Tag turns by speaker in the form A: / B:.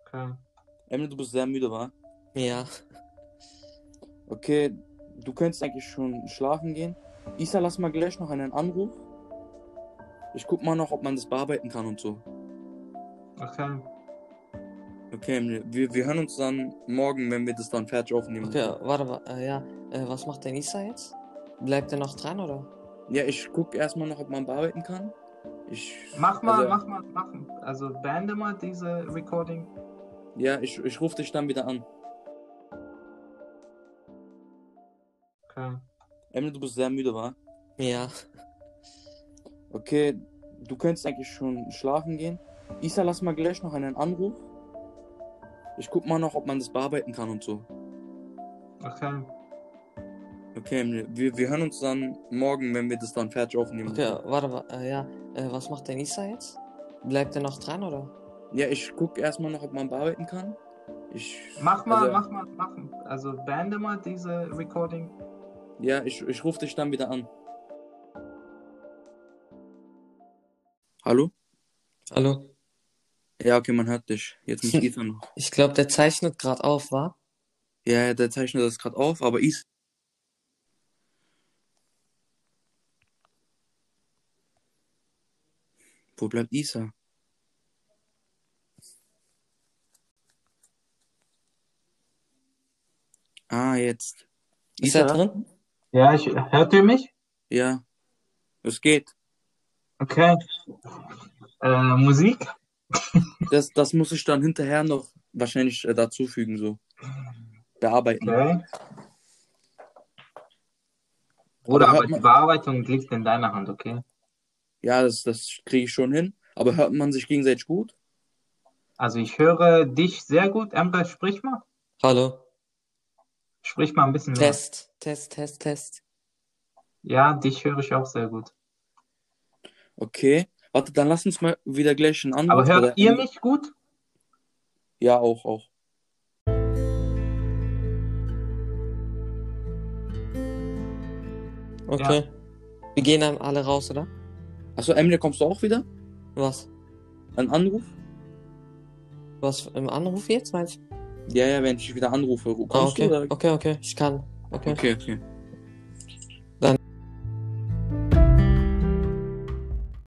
A: Okay.
B: Emre, du bist sehr müde, wa?
C: Ja.
B: Okay, du könntest eigentlich schon schlafen gehen. Isa, lass mal gleich noch einen Anruf. Ich guck mal noch, ob man das bearbeiten kann und so.
A: Okay.
B: Okay, Emre, wir, wir hören uns dann morgen, wenn wir das dann fertig aufnehmen.
C: Okay, warte mal. Äh, ja. Äh, was macht denn Isa jetzt? Bleibt er noch dran, oder?
B: Ja, ich guck erstmal noch, ob man bearbeiten kann. Ich,
A: Mach mal,
B: also,
A: mach mal, machen. Also beende mal diese Recording.
B: Ja, ich, ich rufe dich dann wieder an.
A: Okay.
B: Emre, du bist sehr müde, wa?
C: Ja.
B: Okay, du könntest eigentlich schon schlafen gehen. Isa, lass mal gleich noch einen Anruf. Ich guck mal noch, ob man das bearbeiten kann und so.
A: Okay.
B: Okay, Emre, wir, wir hören uns dann morgen, wenn wir das dann fertig aufnehmen.
C: Okay, warte mal. Äh, ja. Äh, was macht denn Isa jetzt? Bleibt er noch dran, oder?
B: Ja, ich guck erstmal noch, ob man bearbeiten kann. Ich,
A: Mach mal,
B: also,
A: mach mal, machen. Also beende mal diese Recording.
B: Ja, ich, ich rufe dich dann wieder an. Hallo?
C: Hallo.
B: Ja, okay, man hört dich. Jetzt muss Isa noch.
C: Ich glaube, der zeichnet gerade auf, wa?
B: Ja, ja, der zeichnet das gerade auf, aber Isa. Wo bleibt Isa? Ah, jetzt.
C: Ist er drin?
A: Ja, ich hört ihr mich?
B: Ja. Es geht.
A: Okay. Äh, Musik?
B: Das, das muss ich dann hinterher noch wahrscheinlich äh, dazufügen, so. Bearbeiten.
A: Okay. Oder
B: Aber
A: aber
B: hört
A: die
B: man-
A: Bearbeitung liegt in deiner Hand, okay?
B: Ja, das, das kriege ich schon hin. Aber hört man sich gegenseitig gut?
A: Also ich höre dich sehr gut. Emre, sprich mal.
C: Hallo.
A: Sprich mal ein bisschen mehr.
C: Test, Test, Test, Test.
A: Ja, dich höre ich auch sehr gut.
B: Okay. Warte, dann lass uns mal wieder gleich einen Anruf.
A: Aber
B: oder-
A: hört ihr mich gut?
B: Ja, auch, auch.
C: Okay. Wir gehen dann alle raus, oder?
B: Achso, Emily, kommst du auch wieder?
C: Was?
B: Ein Anruf?
C: Was im Anruf jetzt meinst du?
B: Ja, ja, wenn ich dich wieder anrufe. Kommst
C: Ah, okay.
B: du? Oder?
C: Okay, okay. Ich kann. Okay.
B: okay, okay.